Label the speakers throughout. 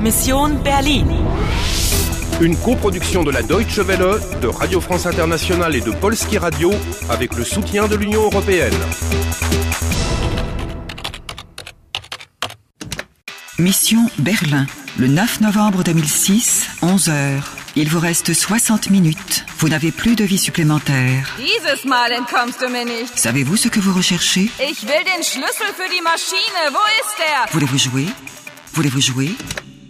Speaker 1: Mission Berlin.
Speaker 2: Une coproduction de la Deutsche Welle, de Radio France Internationale et de Polski Radio avec le soutien de l'Union européenne.
Speaker 3: Mission Berlin, le 9 novembre 2006, 11h. Il vous reste 60 minutes. Vous n'avez plus de vie supplémentaire.
Speaker 4: Dieses Mal entkommst du mir nicht.
Speaker 3: Savez-vous ce que vous recherchez
Speaker 4: Ich will den Schlüssel für die Maschine. Wo ist er?
Speaker 3: Voulez-vous jouer Voulez-vous jouer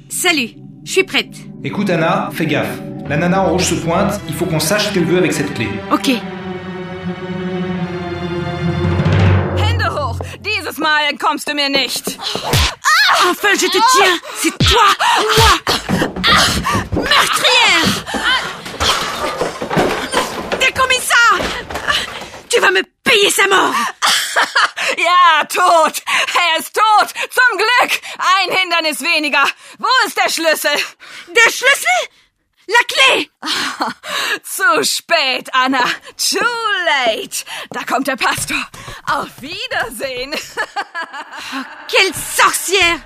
Speaker 5: Salut, je suis prête.
Speaker 6: Écoute Anna, fais gaffe. La nana en rouge se pointe, il faut qu'on sache ce qu'elle veut avec cette clé.
Speaker 5: Ok,
Speaker 4: Hände hoch. Dieses Mal entkommst du mir nicht.
Speaker 5: enfin Ah, je te tiens. C'est toi, moi. Ah, meurtrière. Ah, Des commissaires. Ah, Tu vas me payer sa mort.
Speaker 4: Ja, tot. Er ist tot. Zum Glück. Ein Hindernis weniger. Wo ist der Schlüssel?
Speaker 5: Der Schlüssel La clé
Speaker 4: Zu spät, Anna. Too late. Da kommt der Pastor. Auf Wiedersehen.
Speaker 5: Quelle sorcière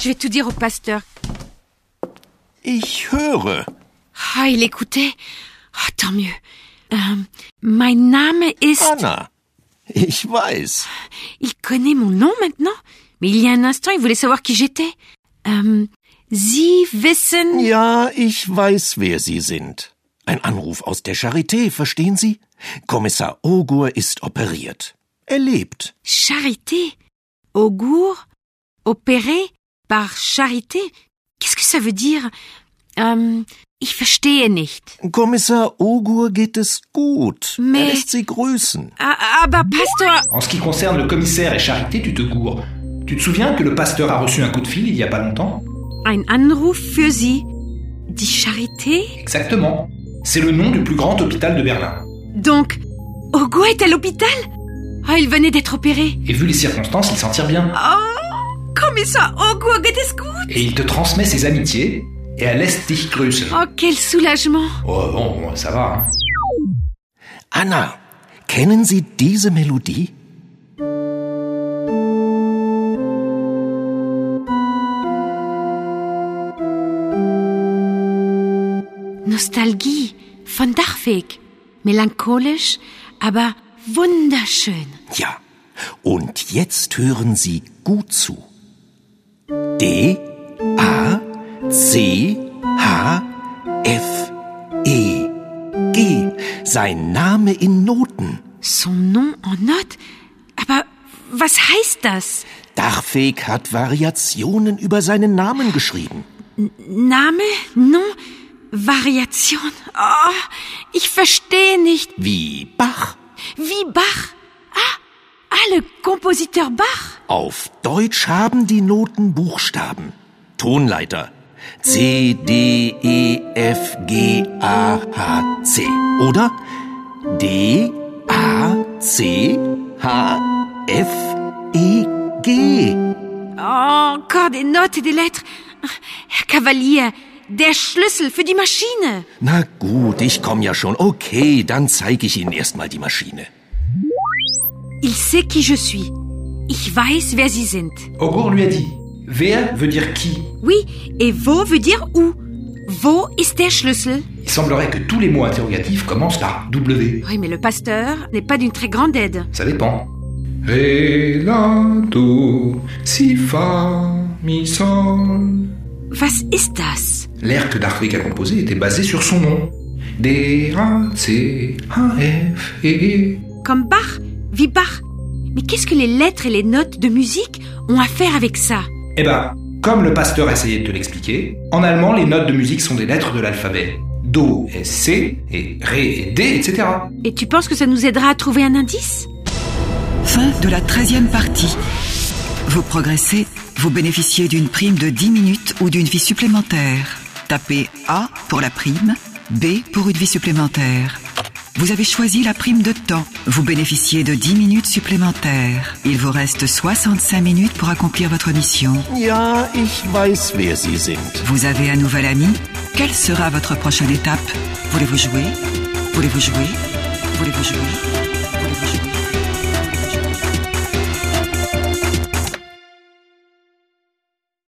Speaker 5: Je vais tout dire au pasteur.
Speaker 7: Ich höre.
Speaker 5: Ah, il écoutait. Ah, tant mieux. Ähm, mein Name ist...
Speaker 7: Anna. Ich weiß.
Speaker 5: Il connaît mon nom maintenant Mais il y a un instant, il voulait savoir qui j'étais. Euh, Sie wissen...
Speaker 7: Ja, ich weiß, wer Sie sind. Ein Anruf aus der Charité, verstehen Sie? Kommissar Ogur ist operiert. Er lebt.
Speaker 5: Charité Augur Opéré Par charité Qu'est-ce que ça veut dire Euh, Ich verstehe nicht.
Speaker 7: Kommissar Ogur geht es gut.
Speaker 5: Nee.
Speaker 7: Er lässt Sie grüßen.
Speaker 5: Ah, ah, bah, pasteur
Speaker 6: En ce qui concerne le commissaire et Charité, tu te gourres. Tu te souviens que le pasteur a reçu un coup de fil il y a pas longtemps
Speaker 5: Ein Anruf für Sie. Die Charité
Speaker 6: Exactement. C'est le nom du plus grand hôpital de Berlin.
Speaker 5: Donc, Ogo est à l'hôpital Ah, il venait d'être opéré.
Speaker 6: Et vu les circonstances, il s'en tire bien.
Speaker 5: Oh, Kommissar Ogo geht es gut
Speaker 6: Et il te transmet ses amitiés et elle lässt dich grüßen.
Speaker 5: Oh, quel soulagement
Speaker 6: Oh bon, bon, ça va. hein.
Speaker 7: Anna, kennen Sie diese Melodie?
Speaker 5: Nostalgie von Dachweg. Melancholisch, aber wunderschön.
Speaker 7: Ja. Und jetzt hören Sie gut zu. D A C H F E G. Sein Name in Noten.
Speaker 5: Son Nom en note. Aber was heißt das?
Speaker 7: Dachfeg hat Variationen über seinen Namen geschrieben.
Speaker 5: Name, Nom, Variation. Oh, ich verstehe nicht.
Speaker 7: Wie Bach.
Speaker 5: Wie Bach. Ah, ah, le compositeur Bach.
Speaker 7: Auf Deutsch haben die Noten Buchstaben. Tonleiter. C, D, E, F, G, A, H, C. Oder? D, A, C, H, F, E, G.
Speaker 5: Oh, encore des notes et des lettres. Herr Cavalier, der Schlüssel für die Maschine.
Speaker 7: Na gut, ich komm ja schon. Okay, dann zeige ich Ihnen erstmal die Maschine.
Speaker 5: Il sait qui je suis. Ich weiß, wer Sie sind.
Speaker 6: Ogur lui a dit Wer veut dire qui
Speaker 5: Oui, et wo veut dire où. Wo ist der Schlüssel
Speaker 6: Il semblerait que tous les mots interrogatifs commencent par W.
Speaker 5: Oui, mais le pasteur n'est pas d'une très grande aide.
Speaker 6: Ça dépend. Relando, si fa, mi sol.
Speaker 5: Was ist das
Speaker 6: L'air que Darkwig a composé était basé sur son nom. D, A, C, A, F, E, E.
Speaker 5: Comme Bach, wie Bach. Mais qu'est-ce que les lettres et les notes de musique ont à faire avec ça
Speaker 6: Eh ben, comme le pasteur essayait de te l'expliquer, en allemand, les notes de musique sont des lettres de l'alphabet. Do est C, et Ré est D, etc.
Speaker 5: Et tu penses que ça nous aidera à trouver un indice
Speaker 3: Fin de la 13e partie. Vous progressez, vous bénéficiez d'une prime de 10 minutes ou d'une vie supplémentaire. Tapez A pour la prime, B pour une vie supplémentaire. Vous avez choisi la prime de temps. Vous bénéficiez de 10 minutes supplémentaires. Il vous reste 65 minutes pour accomplir votre mission.
Speaker 7: Ja, ich weiß, wer Sie sind.
Speaker 3: Vous avez un nouvel ami. Quelle sera votre prochaine étape Voulez-vous jouer Voulez-vous jouer Voulez-vous jouer